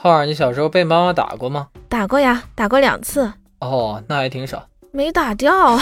浩儿，你小时候被妈妈打过吗？打过呀，打过两次，哦，那还挺少。没打掉。